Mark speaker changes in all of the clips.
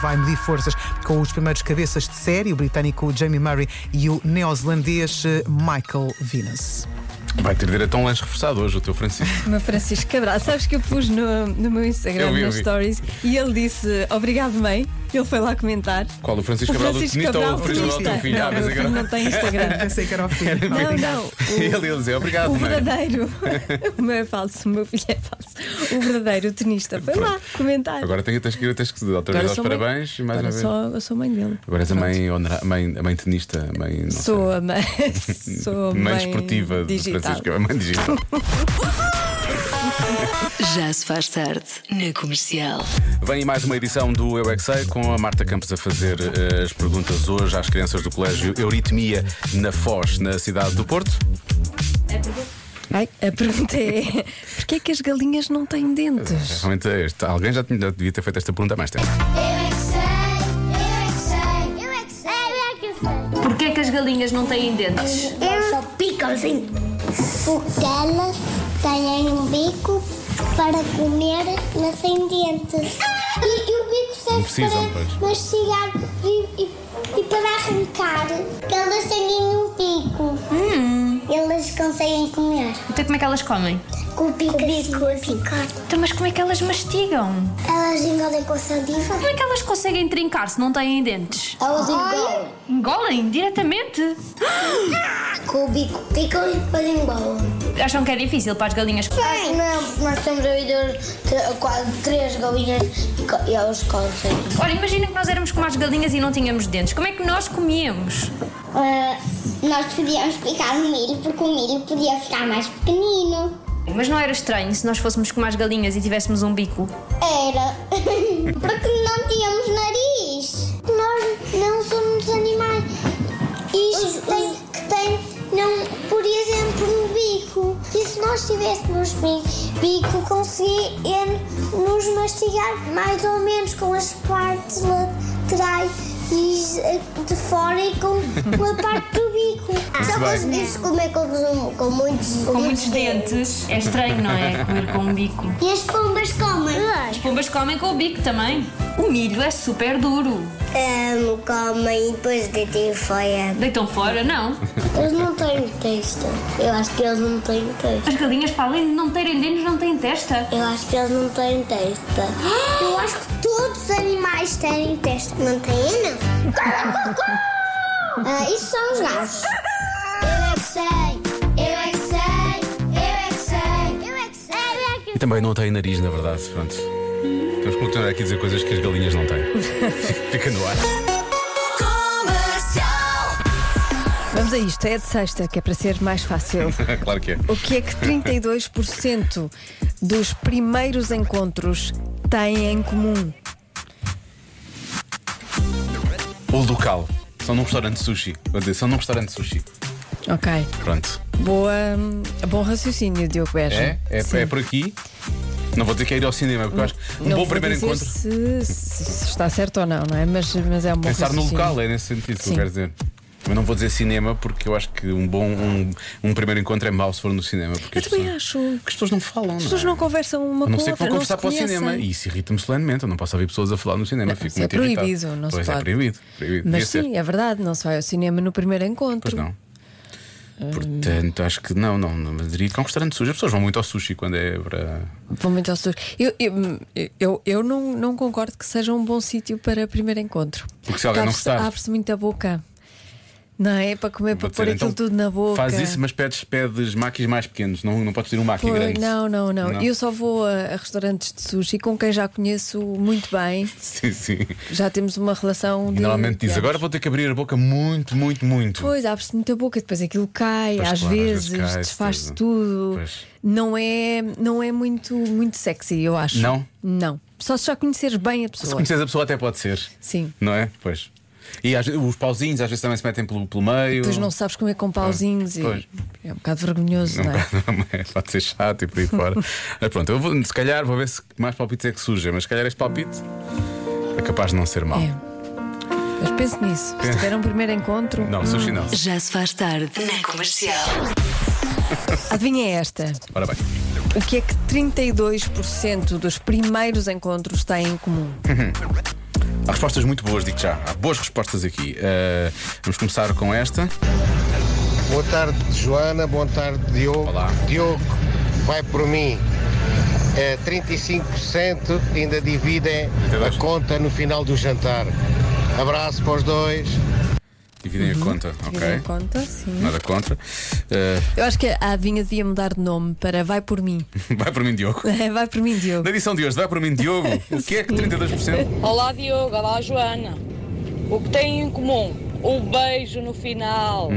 Speaker 1: vai medir forças com os primeiros cabeças de série, o britânico Jamie Murray e o neozelandês eh, Michael Venus.
Speaker 2: Vai ter direito a um lanche reforçado hoje, o teu Francisco.
Speaker 3: O meu Francisco Cabral, sabes que eu pus no, no meu Instagram,
Speaker 2: Eu vi, eu
Speaker 3: nas
Speaker 2: vi.
Speaker 3: stories, e ele disse obrigado, mãe. Ele foi lá comentar.
Speaker 2: Qual? O Francisco Cabral do Tenista ou o Francisco Cabral do teu
Speaker 3: tenista.
Speaker 2: filho? Ah,
Speaker 3: Não,
Speaker 2: mas
Speaker 3: meu filho
Speaker 2: agora.
Speaker 3: não tem Instagram.
Speaker 1: Pensei que era o filho.
Speaker 3: Não, não. O-
Speaker 2: Ele ia dizer obrigado, é?
Speaker 3: O
Speaker 2: mãe.
Speaker 3: verdadeiro, o meu é falso, o meu filho é falso. O verdadeiro tenista foi lá comentar.
Speaker 2: Agora tenho, tens que ir, tens que outra
Speaker 3: Agora
Speaker 2: vez aos
Speaker 3: sou mãe-
Speaker 2: parabéns e mais
Speaker 3: agora
Speaker 2: uma vez.
Speaker 3: sou- eu sou mãe dele.
Speaker 2: Agora és a
Speaker 3: Pronto.
Speaker 2: mãe, honra- a mãe, a mãe tenista, a mãe. Não
Speaker 3: Sou a mãe. Sou a
Speaker 2: sei,
Speaker 3: mãe,
Speaker 2: esportiva de
Speaker 3: digital.
Speaker 2: Francisco, a mãe digital.
Speaker 4: Já se faz tarde na comercial.
Speaker 2: Vem mais uma edição do Eu é Que Sei, com a Marta Campos a fazer eh, as perguntas hoje às crianças do Colégio Euritmia na Foz, na cidade do Porto.
Speaker 3: Ai, a pergunta é: porquê é que as galinhas não têm dentes?
Speaker 2: Realmente, este, alguém já, tinha- já devia ter feito esta pergunta há mais tempo.
Speaker 5: Eu é que sei, eu é que sei, eu é que sei, eu é que sei.
Speaker 6: Porquê que as galinhas não têm dentes?
Speaker 5: Elas só picam assim. Porque elas têm um bico para comer mas sem dentes. E, e o bico serve
Speaker 2: precisam,
Speaker 5: para
Speaker 2: pois.
Speaker 5: mastigar e, e- e para arrancar. Elas têm um bico. Hum. Elas conseguem comer.
Speaker 6: Então como é que elas comem?
Speaker 5: Com o bico, assim.
Speaker 6: Então, mas como é que elas mastigam?
Speaker 5: Elas engolem com saliva.
Speaker 6: Como é que elas conseguem trincar se não têm dentes?
Speaker 5: Elas engolem.
Speaker 6: Engolem diretamente?
Speaker 5: Com o bico picam e depois engolam.
Speaker 6: Acham que é difícil para as galinhas?
Speaker 5: Não, nós temos a vida quase três galinhas e, co- e elas conseguem.
Speaker 6: Olha, imagina que nós éramos como as galinhas e não tínhamos dentes. Como é que nós comíamos?
Speaker 5: Ah, nós podíamos picar o milho porque o milho podia ficar mais pequenino.
Speaker 6: Mas não era estranho se nós fôssemos como as galinhas e tivéssemos um bico?
Speaker 5: Era. porque não tínhamos nariz. Nós não somos animais. Isto tem, que tem, não, por exemplo, um bico. E se nós tivéssemos bi- bico, conseguíamos mastigar mais ou menos com as partes laterais e eh, de fora e com, com a parte do bico. Só
Speaker 2: bem.
Speaker 5: conseguimos comer com, com muitos
Speaker 6: Com muitos dentes. É estranho, não é? Comer com um bico.
Speaker 5: E as pombas comem?
Speaker 6: As pombas comem com o bico também. O milho é super duro.
Speaker 5: comem e depois deitem fora.
Speaker 6: Deitam fora? Não.
Speaker 5: Eles não têm testa. Eu acho que eles não têm testa.
Speaker 6: As galinhas, para além de não terem dentes, não têm testa.
Speaker 5: Eu acho que eles não têm testa. Eu acho que todos os animais têm testa. Não têm, não? Ah, isso são os gatos. Eu é que sei, eu é que sei, eu é que sei, eu é que sei, eu é que
Speaker 2: E também não tem nariz, na verdade. Pronto. Temos que continuar aqui a dizer coisas que as galinhas não têm. Fica no ar.
Speaker 3: Vamos a isto, é de sexta, que é para ser mais fácil.
Speaker 2: claro que é.
Speaker 3: O que é que 32% dos primeiros encontros têm em comum?
Speaker 2: O local. São num restaurante sushi. Vou dizer, são num restaurante sushi.
Speaker 3: Ok.
Speaker 2: Pronto.
Speaker 3: Boa, bom raciocínio, Diogo Beja.
Speaker 2: É? É,
Speaker 3: Sim.
Speaker 2: é por aqui. Não vou dizer que é ir ao cinema, porque eu acho que um
Speaker 3: Não
Speaker 2: bom
Speaker 3: vou
Speaker 2: primeiro
Speaker 3: dizer
Speaker 2: encontro.
Speaker 3: Se, se- se está certo ou não, não é? Mas, mas é um bom
Speaker 2: Pensar no
Speaker 3: raciocínio.
Speaker 2: local, é nesse sentido que eu
Speaker 3: Sim.
Speaker 2: quero dizer. Mas não vou dizer cinema porque eu acho que um bom um, um primeiro encontro é mau se for no cinema. Porque
Speaker 3: Eu
Speaker 2: as
Speaker 3: também
Speaker 2: pessoas-
Speaker 3: acho.
Speaker 2: Porque as pessoas não falam,
Speaker 3: As
Speaker 2: não,
Speaker 3: pessoas
Speaker 2: é?
Speaker 3: não conversam uma
Speaker 2: A não
Speaker 3: com
Speaker 2: ser
Speaker 3: a
Speaker 2: que vão
Speaker 3: outra.
Speaker 2: conversar
Speaker 3: não se
Speaker 2: para o cinema.
Speaker 3: conhecem.
Speaker 2: E isso irrita-me solenemente. Eu não posso ouvir pessoas a falar no cinema.
Speaker 3: Não,
Speaker 2: Fico
Speaker 3: isso é
Speaker 2: muito
Speaker 3: proibido,
Speaker 2: irritado.
Speaker 3: não se
Speaker 2: pois é
Speaker 3: pode.
Speaker 2: proibido. proibido. Devia
Speaker 3: Mas
Speaker 2: ser.
Speaker 3: sim, é verdade, não se vai ao cinema no primeiro encontro.
Speaker 2: Pois não. Portanto, acho que não, não, não mas diria que é um restaurante sushi. As pessoas vão muito ao sushi quando é para.
Speaker 3: Vou muito ao sur. Eu, eu, eu, eu não, não concordo que seja um bom sítio para primeiro encontro.
Speaker 2: Porque se alguém não
Speaker 3: Abre-se-
Speaker 2: gostar-
Speaker 3: Abre-se muito a boca. Não é? Para comer,
Speaker 2: Vou
Speaker 3: para
Speaker 2: dizer,
Speaker 3: pôr
Speaker 2: então,
Speaker 3: aquilo tudo na boca.
Speaker 2: Faz isso, mas pedes, pedes maquis mais pequenos. Não, não podes pedir um maqui
Speaker 3: Pô,
Speaker 2: grande.
Speaker 3: não, não, não,
Speaker 2: Não.
Speaker 3: Eu só vou a, a restaurantes de sushi com quem já conheço muito bem.
Speaker 2: Sim, sim. E
Speaker 3: Já temos uma relação de.
Speaker 2: normalmente diz:
Speaker 3: de
Speaker 2: agora
Speaker 3: anos.
Speaker 2: vou ter que abrir a boca muito, muito, muito.
Speaker 3: Pois, abre-se muita boca, depois aquilo cai,
Speaker 2: Pois,
Speaker 3: às,
Speaker 2: claro, às vezes
Speaker 3: vezes,
Speaker 2: cai,
Speaker 3: desfaz-se
Speaker 2: tudo.
Speaker 3: tudo.
Speaker 2: Pois.
Speaker 3: Não é, não é muito, muito sexy, eu acho.
Speaker 2: Não?
Speaker 3: Não. Só se já conheceres bem a
Speaker 2: Se
Speaker 3: pessoa.
Speaker 2: conheces a pessoa, até pode ser.
Speaker 3: Sim.
Speaker 2: Não é? Pois. E às vezes- os pauzinhos às vezes também se metem pelo, pelo meio.
Speaker 3: Depois não sabes comer com pauzinhos
Speaker 2: Pois.
Speaker 3: e é um bocado vergonhoso, não,
Speaker 2: Não,
Speaker 3: é?
Speaker 2: pode ser chato e por aí fora. mas pronto, eu vou, se calhar vou ver se mais palpites é que surgem, mas se calhar este palpite é capaz de não ser mau.
Speaker 3: É. Mas pense nisso. Se tiver um primeiro encontro,
Speaker 2: Não, sushi não.
Speaker 4: Já se faz tarde na comercial.
Speaker 3: adivinha esta.
Speaker 2: Ora bem.
Speaker 3: O que é que 32% dos primeiros encontros têm em comum?
Speaker 2: Há respostas muito boas, digo já. Há boas respostas aqui. Eh, vamos começar com esta.
Speaker 7: Boa tarde, Joana. Boa tarde, Diogo.
Speaker 2: Olá.
Speaker 7: Diogo, vai por mim. É, 35% ainda dividem
Speaker 2: 32.
Speaker 7: a conta no final do jantar. Abraço para os dois.
Speaker 2: Dividem a conta,
Speaker 3: Virem
Speaker 2: ok?
Speaker 3: conta, sim.
Speaker 2: Nada contra. Eh,
Speaker 3: Eu acho que a avinha devia mudar de nome para Vai por mim.
Speaker 2: vai por mim, Diogo.
Speaker 3: Vai por mim, Diogo.
Speaker 2: Na edição de hoje, vai por mim, Diogo. O que é que 32%?
Speaker 8: Olá Diogo, olá Joana. O que têm em comum? O beijo no final.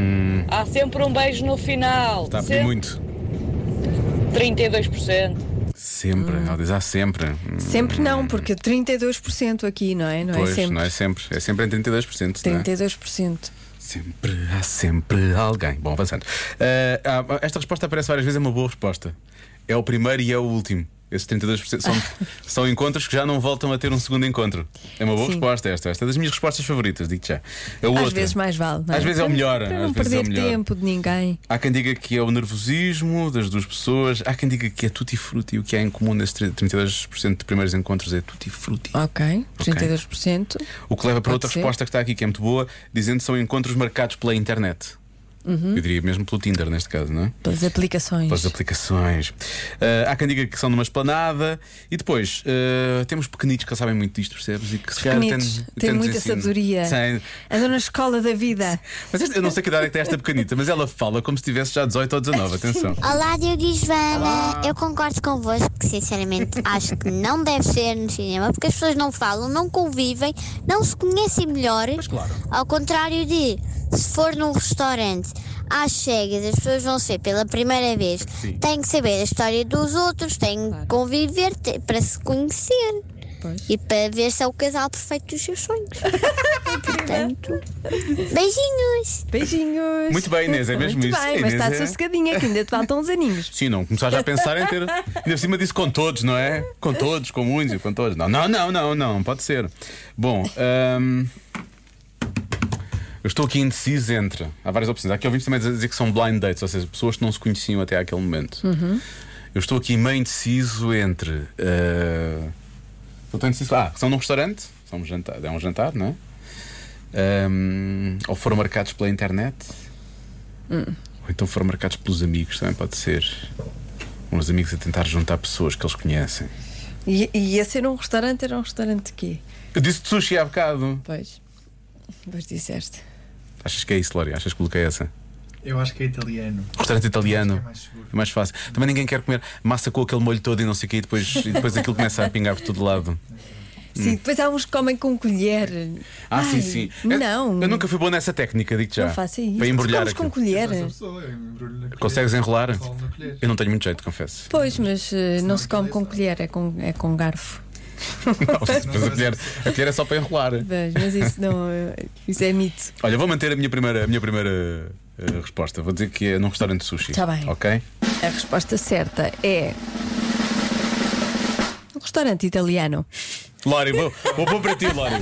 Speaker 8: Há sempre um beijo no final.
Speaker 2: Está a pedir
Speaker 8: sempre
Speaker 2: Tá, muito.
Speaker 8: 32%.
Speaker 2: Sempre, ela diz, há sempre. Hum,
Speaker 3: Sempre não, porque 32% aqui, não é? Não é
Speaker 2: pois,
Speaker 3: sempre.
Speaker 2: não é sempre. É sempre em 32%. não é?
Speaker 3: 32%.
Speaker 2: Sempre, há sempre alguém. Bom, avançando. Ah, ah, esta resposta aparece várias vezes, é uma boa resposta. É o primeiro e é o último. Esses 32% são, são encontros que já não voltam a ter um segundo encontro. É uma boa
Speaker 3: Sim.
Speaker 2: resposta esta. Esta é das minhas respostas favoritas, digo já. A
Speaker 3: Às
Speaker 2: outra-
Speaker 3: vezes mais vale. Não é?
Speaker 2: Às vezes é o melhor.
Speaker 3: Para
Speaker 2: às
Speaker 3: não
Speaker 2: vezes
Speaker 3: perder
Speaker 2: é o melhor.
Speaker 3: tempo de ninguém.
Speaker 2: Há quem diga que é o nervosismo das duas pessoas, há quem diga que é tutti frutti. E o que há em comum nesses 32% de primeiros encontros é tutti frutti.
Speaker 3: Ok,
Speaker 2: Ok.
Speaker 3: 32%.
Speaker 2: O que leva para
Speaker 3: Pode
Speaker 2: outra
Speaker 3: ser.
Speaker 2: resposta que está aqui, que é muito boa, dizendo que são encontros marcados pela internet.
Speaker 3: Uhum.
Speaker 2: Eu diria mesmo pelo Tinder, neste caso, não é?
Speaker 3: Pelas aplicações.
Speaker 2: Pelas aplicações. Ah, há quem diga que são numa esplanada. E depois, ah, temos pequenitos que sabem muito disto, percebes? E que se calhar
Speaker 3: Pequenitos,
Speaker 2: até nos-
Speaker 3: têm
Speaker 2: até nos
Speaker 3: muita
Speaker 2: ensinam.
Speaker 3: sabedoria.
Speaker 2: Tem.
Speaker 3: Andam na escola da vida.
Speaker 2: Mas esta- eu não sei que idade é que tem esta pequenita, mas ela fala como se tivesse já 18 ou 19. Atenção.
Speaker 9: Olá, Diogo e Joana. Eu concordo convosco que, sinceramente, acho que não deve ser no cinema porque as pessoas não falam, não convivem, não se conhecem melhor. Ao contrário de se for num restaurante às cegas, as pessoas vão ser pela primeira vez. Têm que saber a história dos outros, têm que conviver te- para se conhecer e para ver se é o casal perfeito dos seus sonhos. Portanto, beijinhos.
Speaker 3: Beijinhos.
Speaker 2: Muito bem, Inês, é mesmo
Speaker 3: Muito
Speaker 2: isso.
Speaker 3: Bem,
Speaker 2: Inês
Speaker 3: mas está
Speaker 2: é-
Speaker 3: sossegadinha, que ainda te faltam uns aninhos.
Speaker 2: Sim, não começar já a pensar em ter. Ainda por cima disso com todos, não é? Com todos, com muitos e com todos. Não, não, não, não, não, pode ser. Bom, hum, eu estou aqui indeciso entre. Há várias opções. Há aqui ouvintes também a dizer que são blind dates, ou seja, pessoas que não se conheciam até àquele momento. Eu estou aqui meio indeciso entre. eh, eu estou indeciso. Ah, são num restaurante, são um jantar, é um jantar, não é? Hum, ou foram marcados pela internet. Ou então foram marcados pelos amigos, também pode ser. Uns amigos a tentar juntar pessoas que eles conhecem.
Speaker 3: E, e ia ser um restaurante, era um restaurante de quê?
Speaker 2: Eu disse de sushi há bocado.
Speaker 3: Pois. Pois disseste.
Speaker 2: Achas que é isso, Lori? Achas que coloquei essa?
Speaker 10: Eu acho que é italiano.
Speaker 2: Restaurante italiano.
Speaker 10: é mais seguro.
Speaker 2: É mais fácil. Também ninguém quer comer massa com aquele molho todo e não sei o quê, e depois, e depois aquilo começa a pingar por todo lado. Hum.
Speaker 3: Sim, depois há uns que comem com colher.
Speaker 2: Ah,
Speaker 3: Ai,
Speaker 2: sim, sim. Eu-
Speaker 3: Não.
Speaker 2: Eu, nunca fui bom nessa técnica, digo já.
Speaker 3: Não faça isso.
Speaker 2: Para embrulhar
Speaker 3: Comes com
Speaker 2: aquilo.
Speaker 3: colher.
Speaker 10: Essa pessoa, eu embrulho na colher.
Speaker 2: Consegues enrolar?
Speaker 10: Enrolo na colher.
Speaker 2: Eu não tenho muito jeito, confesso.
Speaker 3: Pois, mas eh, não se come com colher, é com, é com garfo.
Speaker 2: Não, depois a colher, a colher é só para enrolar.
Speaker 3: Mas, mas isso não. eh, Isso é mito.
Speaker 2: Olha, vou manter a minha primeira, a minha primeira eh, resposta. Vou dizer que é num restaurante de sushi.
Speaker 3: Tá bem.
Speaker 2: Ok?
Speaker 3: A resposta certa é. Um restaurante italiano.
Speaker 2: Lori, vou, vou pôr para ti, Lori.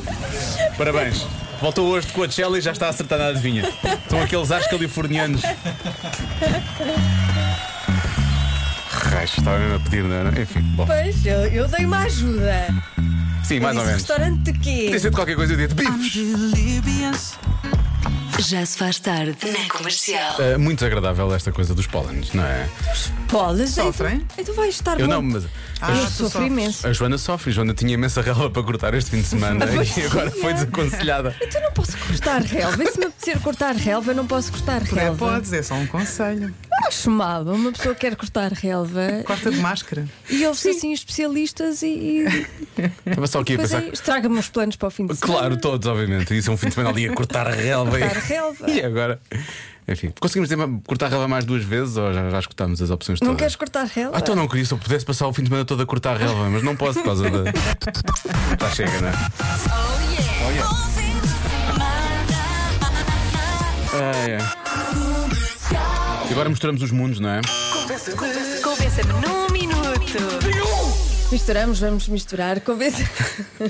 Speaker 2: Parabéns. Voltou hoje de Coachella e já está acertando a adivinha. São aqueles as californianos. Raios, estava mesmo a pedir, não era? Enfim, bom.
Speaker 3: Pois, eu, eu dei uma ajuda.
Speaker 2: Sim,
Speaker 3: Eu
Speaker 2: mais ou
Speaker 3: disse,
Speaker 2: menos.
Speaker 3: Restaurante de quê?
Speaker 2: Podia ser de qualquer coisa, eu digo bifes.
Speaker 4: Já se faz tarde na comercial.
Speaker 2: Ah, muito agradável esta coisa dos pólenes, não é?
Speaker 3: Polas.
Speaker 1: Sofrem?
Speaker 3: Então, então vais estar
Speaker 2: Eu
Speaker 3: bom.
Speaker 2: não, mas
Speaker 1: Ah,
Speaker 3: Eu
Speaker 1: tu
Speaker 3: sofro
Speaker 1: sofres.
Speaker 3: imenso.
Speaker 2: a Joana sofre. A Joana tinha imensa relva para cortar este fim de semana
Speaker 3: Pois é.
Speaker 2: e agora
Speaker 3: tinha.
Speaker 2: foi desaconselhada.
Speaker 3: Então não posso cortar relva. E se me apetecer cortar relva, eu não posso cortar
Speaker 1: Poder
Speaker 3: relva.
Speaker 1: podes, é só um conselho.
Speaker 3: Acho mal. Uma pessoa quer cortar relva
Speaker 1: Corta de máscara.
Speaker 3: e eles assim especialistas e, e
Speaker 2: Estava só aqui a
Speaker 3: depois é
Speaker 2: pensar.
Speaker 3: aí estraga-me os planos para o fim de semana.
Speaker 2: Claro, todos, obviamente. Isso é um fim de semana ali a cortar a relva. e-
Speaker 3: Cortar relva.
Speaker 2: E agora? Enfim, conseguimos dizer, cortar a relva mais duas vezes ou já, já escutámos as opções todas?
Speaker 3: Não queres cortar relva?
Speaker 2: Ah, então não queria, se eu pudesse passar o fim de semana todo a cortar a relva, mas não posso por causa da. Tá chega, não é? Ai, ai. E agora misturamos os mundos, não é?
Speaker 3: Convença-me num minuto. Misturamos, vamos misturar. Convença-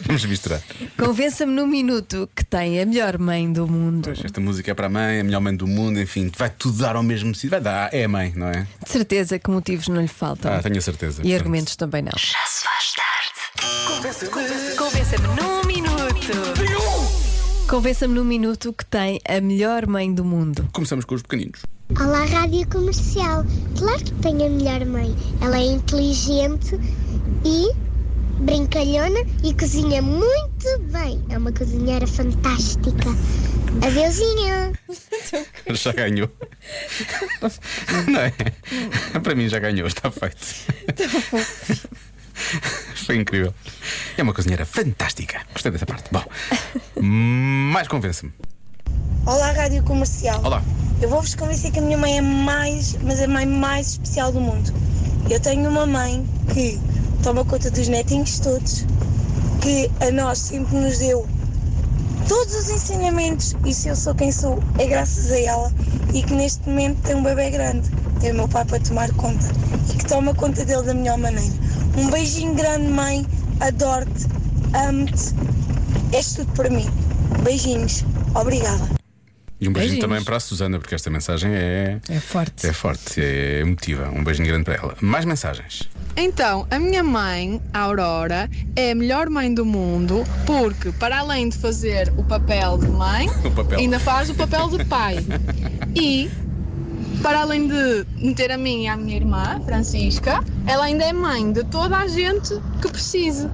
Speaker 2: Vamos misturar.
Speaker 3: Convença-me num minuto que tem a melhor mãe do mundo.
Speaker 2: Pois, esta música é para a mãe, a melhor mãe do mundo, enfim, vai tudo dar ao mesmo sítio. Vai dar, é a mãe, não é?
Speaker 3: De certeza que motivos não lhe faltam.
Speaker 2: Ah, tenho a certeza.
Speaker 3: E argumentos também não.
Speaker 4: Já se faz tarde.
Speaker 3: Convença-me num minuto. Convença-me num minuto que tem a melhor mãe do mundo.
Speaker 2: Começamos com os pequeninos.
Speaker 5: Olá, Rádio Comercial. Claro que tenho a melhor mãe. Ela é inteligente e brincalhona e cozinha muito bem. É uma cozinheira fantástica. Adeusinha.
Speaker 2: Já ganhou. Não é? Para mim já ganhou, está feito. Foi incrível. É uma cozinheira fantástica. Gostei dessa parte. Bom, mais convence-me.
Speaker 11: Olá, Rádio Comercial.
Speaker 2: Olá.
Speaker 11: Eu vou-vos convencer que a minha mãe é mais, mas a mãe mais especial do mundo. Eu tenho uma mãe que toma conta dos netinhos todos, que a nós sempre nos deu todos os ensinamentos e se eu sou quem sou é graças a ela e que neste momento tem um bebê grande, tem o meu pai para tomar conta e que toma conta dele da melhor maneira. Um beijinho grande, mãe, adoro-te, amo-te, és tudo para mim. Beijinhos, obrigada.
Speaker 2: E um beijinho
Speaker 3: Beijinhos.
Speaker 2: também para a Susana, porque esta mensagem é,
Speaker 3: É forte.
Speaker 2: é forte, é emotiva. Um beijinho grande para ela. Mais mensagens.
Speaker 12: Então, a minha mãe, a Aurora, é a melhor mãe do mundo porque, para além de fazer o papel de mãe,
Speaker 2: O papel.
Speaker 12: ainda faz o papel de pai. E, para além de meter a mim e à minha irmã, Francisca, ela ainda é mãe de toda a gente que precise.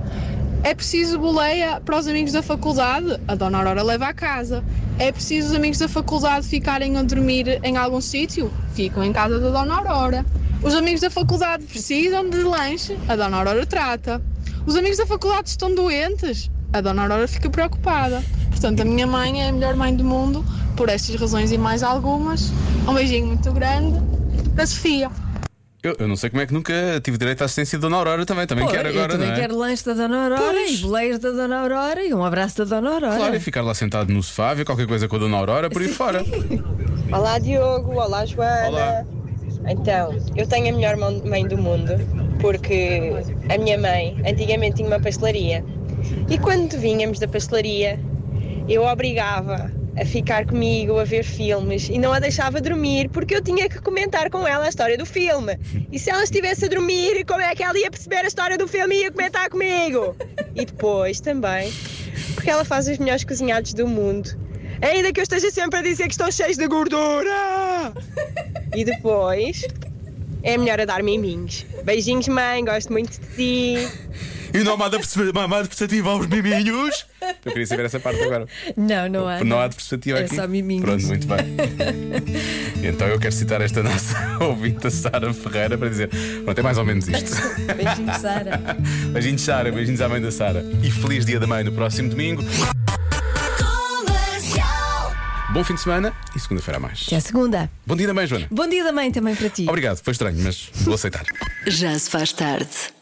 Speaker 12: É preciso boleia para os amigos da faculdade, a Dona Aurora leva à casa. É preciso os amigos da faculdade ficarem a dormir em algum sítio, ficam em casa da Dona Aurora. Os amigos da faculdade precisam de lanche, a Dona Aurora trata. Os amigos da faculdade estão doentes, a Dona Aurora fica preocupada. Portanto, a minha mãe é a melhor mãe do mundo, por estas razões e mais algumas. Um beijinho muito grande da Sofia.
Speaker 2: Eu, eu não sei como é que nunca tive direito à assistência da Dona Aurora também. Também
Speaker 3: Pô,
Speaker 2: quero
Speaker 3: eu
Speaker 2: agora,
Speaker 3: também
Speaker 2: não é?
Speaker 3: quero lanche da Dona Aurora
Speaker 2: Pois.
Speaker 3: e boleiros da Dona Aurora e um abraço da Dona Aurora.
Speaker 2: Claro, e ficar lá sentado no sofá, ver qualquer coisa com a Dona Aurora por aí fora.
Speaker 13: Olá Diogo, olá Joana.
Speaker 2: Olá.
Speaker 13: Então, eu tenho a melhor mão- mãe do mundo porque a minha mãe antigamente tinha uma pastelaria e quando vínhamos da pastelaria eu a obrigava a ficar comigo, a ver filmes e não a deixava dormir porque eu tinha que comentar com ela a história do filme. E se ela estivesse a dormir, como é que ela ia perceber a história do filme e ia comentar comigo? E depois também, porque ela faz os melhores cozinhados do mundo. Ainda que eu esteja sempre a dizer que estão cheios de gordura! E depois é melhor a dar miminhos. Beijinhos, mãe, gosto muito de ti.
Speaker 2: E não há nada perceptiva- não há nada perceptiva aos miminhos. Eu queria saber essa parte agora.
Speaker 3: Não, não há.
Speaker 2: Não há de perceptiva
Speaker 3: É
Speaker 2: aqui.
Speaker 3: só miminhos.
Speaker 2: Pronto, muito bem. Então eu quero citar esta nossa ouvinte, a Sara Ferreira, para dizer: Pronto, é mais ou menos isto.
Speaker 3: Beijinho, Sara.
Speaker 2: Beijinhos, Sara, beijinhos à mãe da Sara. E feliz dia da mãe no próximo domingo. Bom fim de semana e segunda-feira a mais.
Speaker 3: Até a segunda.
Speaker 2: Bom dia da mãe, Joana.
Speaker 3: Bom dia da mãe também para ti.
Speaker 2: Obrigado, foi estranho, mas vou aceitar.
Speaker 4: Já se faz tarde.